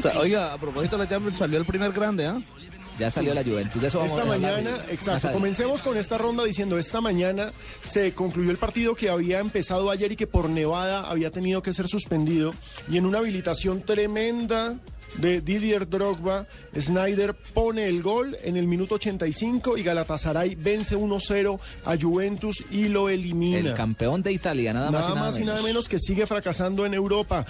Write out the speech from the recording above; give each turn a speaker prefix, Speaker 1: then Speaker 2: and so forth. Speaker 1: Sa- Oiga, a propósito de la Champions, salió el primer grande, ¿ah?
Speaker 2: Ya salió la Juventus, de eso vamos
Speaker 3: Esta
Speaker 2: a hablar
Speaker 3: mañana,
Speaker 2: más
Speaker 3: exacto,
Speaker 2: adelante.
Speaker 3: comencemos con esta ronda diciendo, esta mañana se concluyó el partido que había empezado ayer y que por Nevada había tenido que ser suspendido y en una habilitación tremenda de Didier Drogba, Snyder pone el gol en el minuto 85 y Galatasaray vence 1-0 a Juventus y lo elimina.
Speaker 2: El campeón de Italia, nada,
Speaker 3: nada
Speaker 2: más y nada,
Speaker 3: más y nada menos que sigue fracasando en Europa.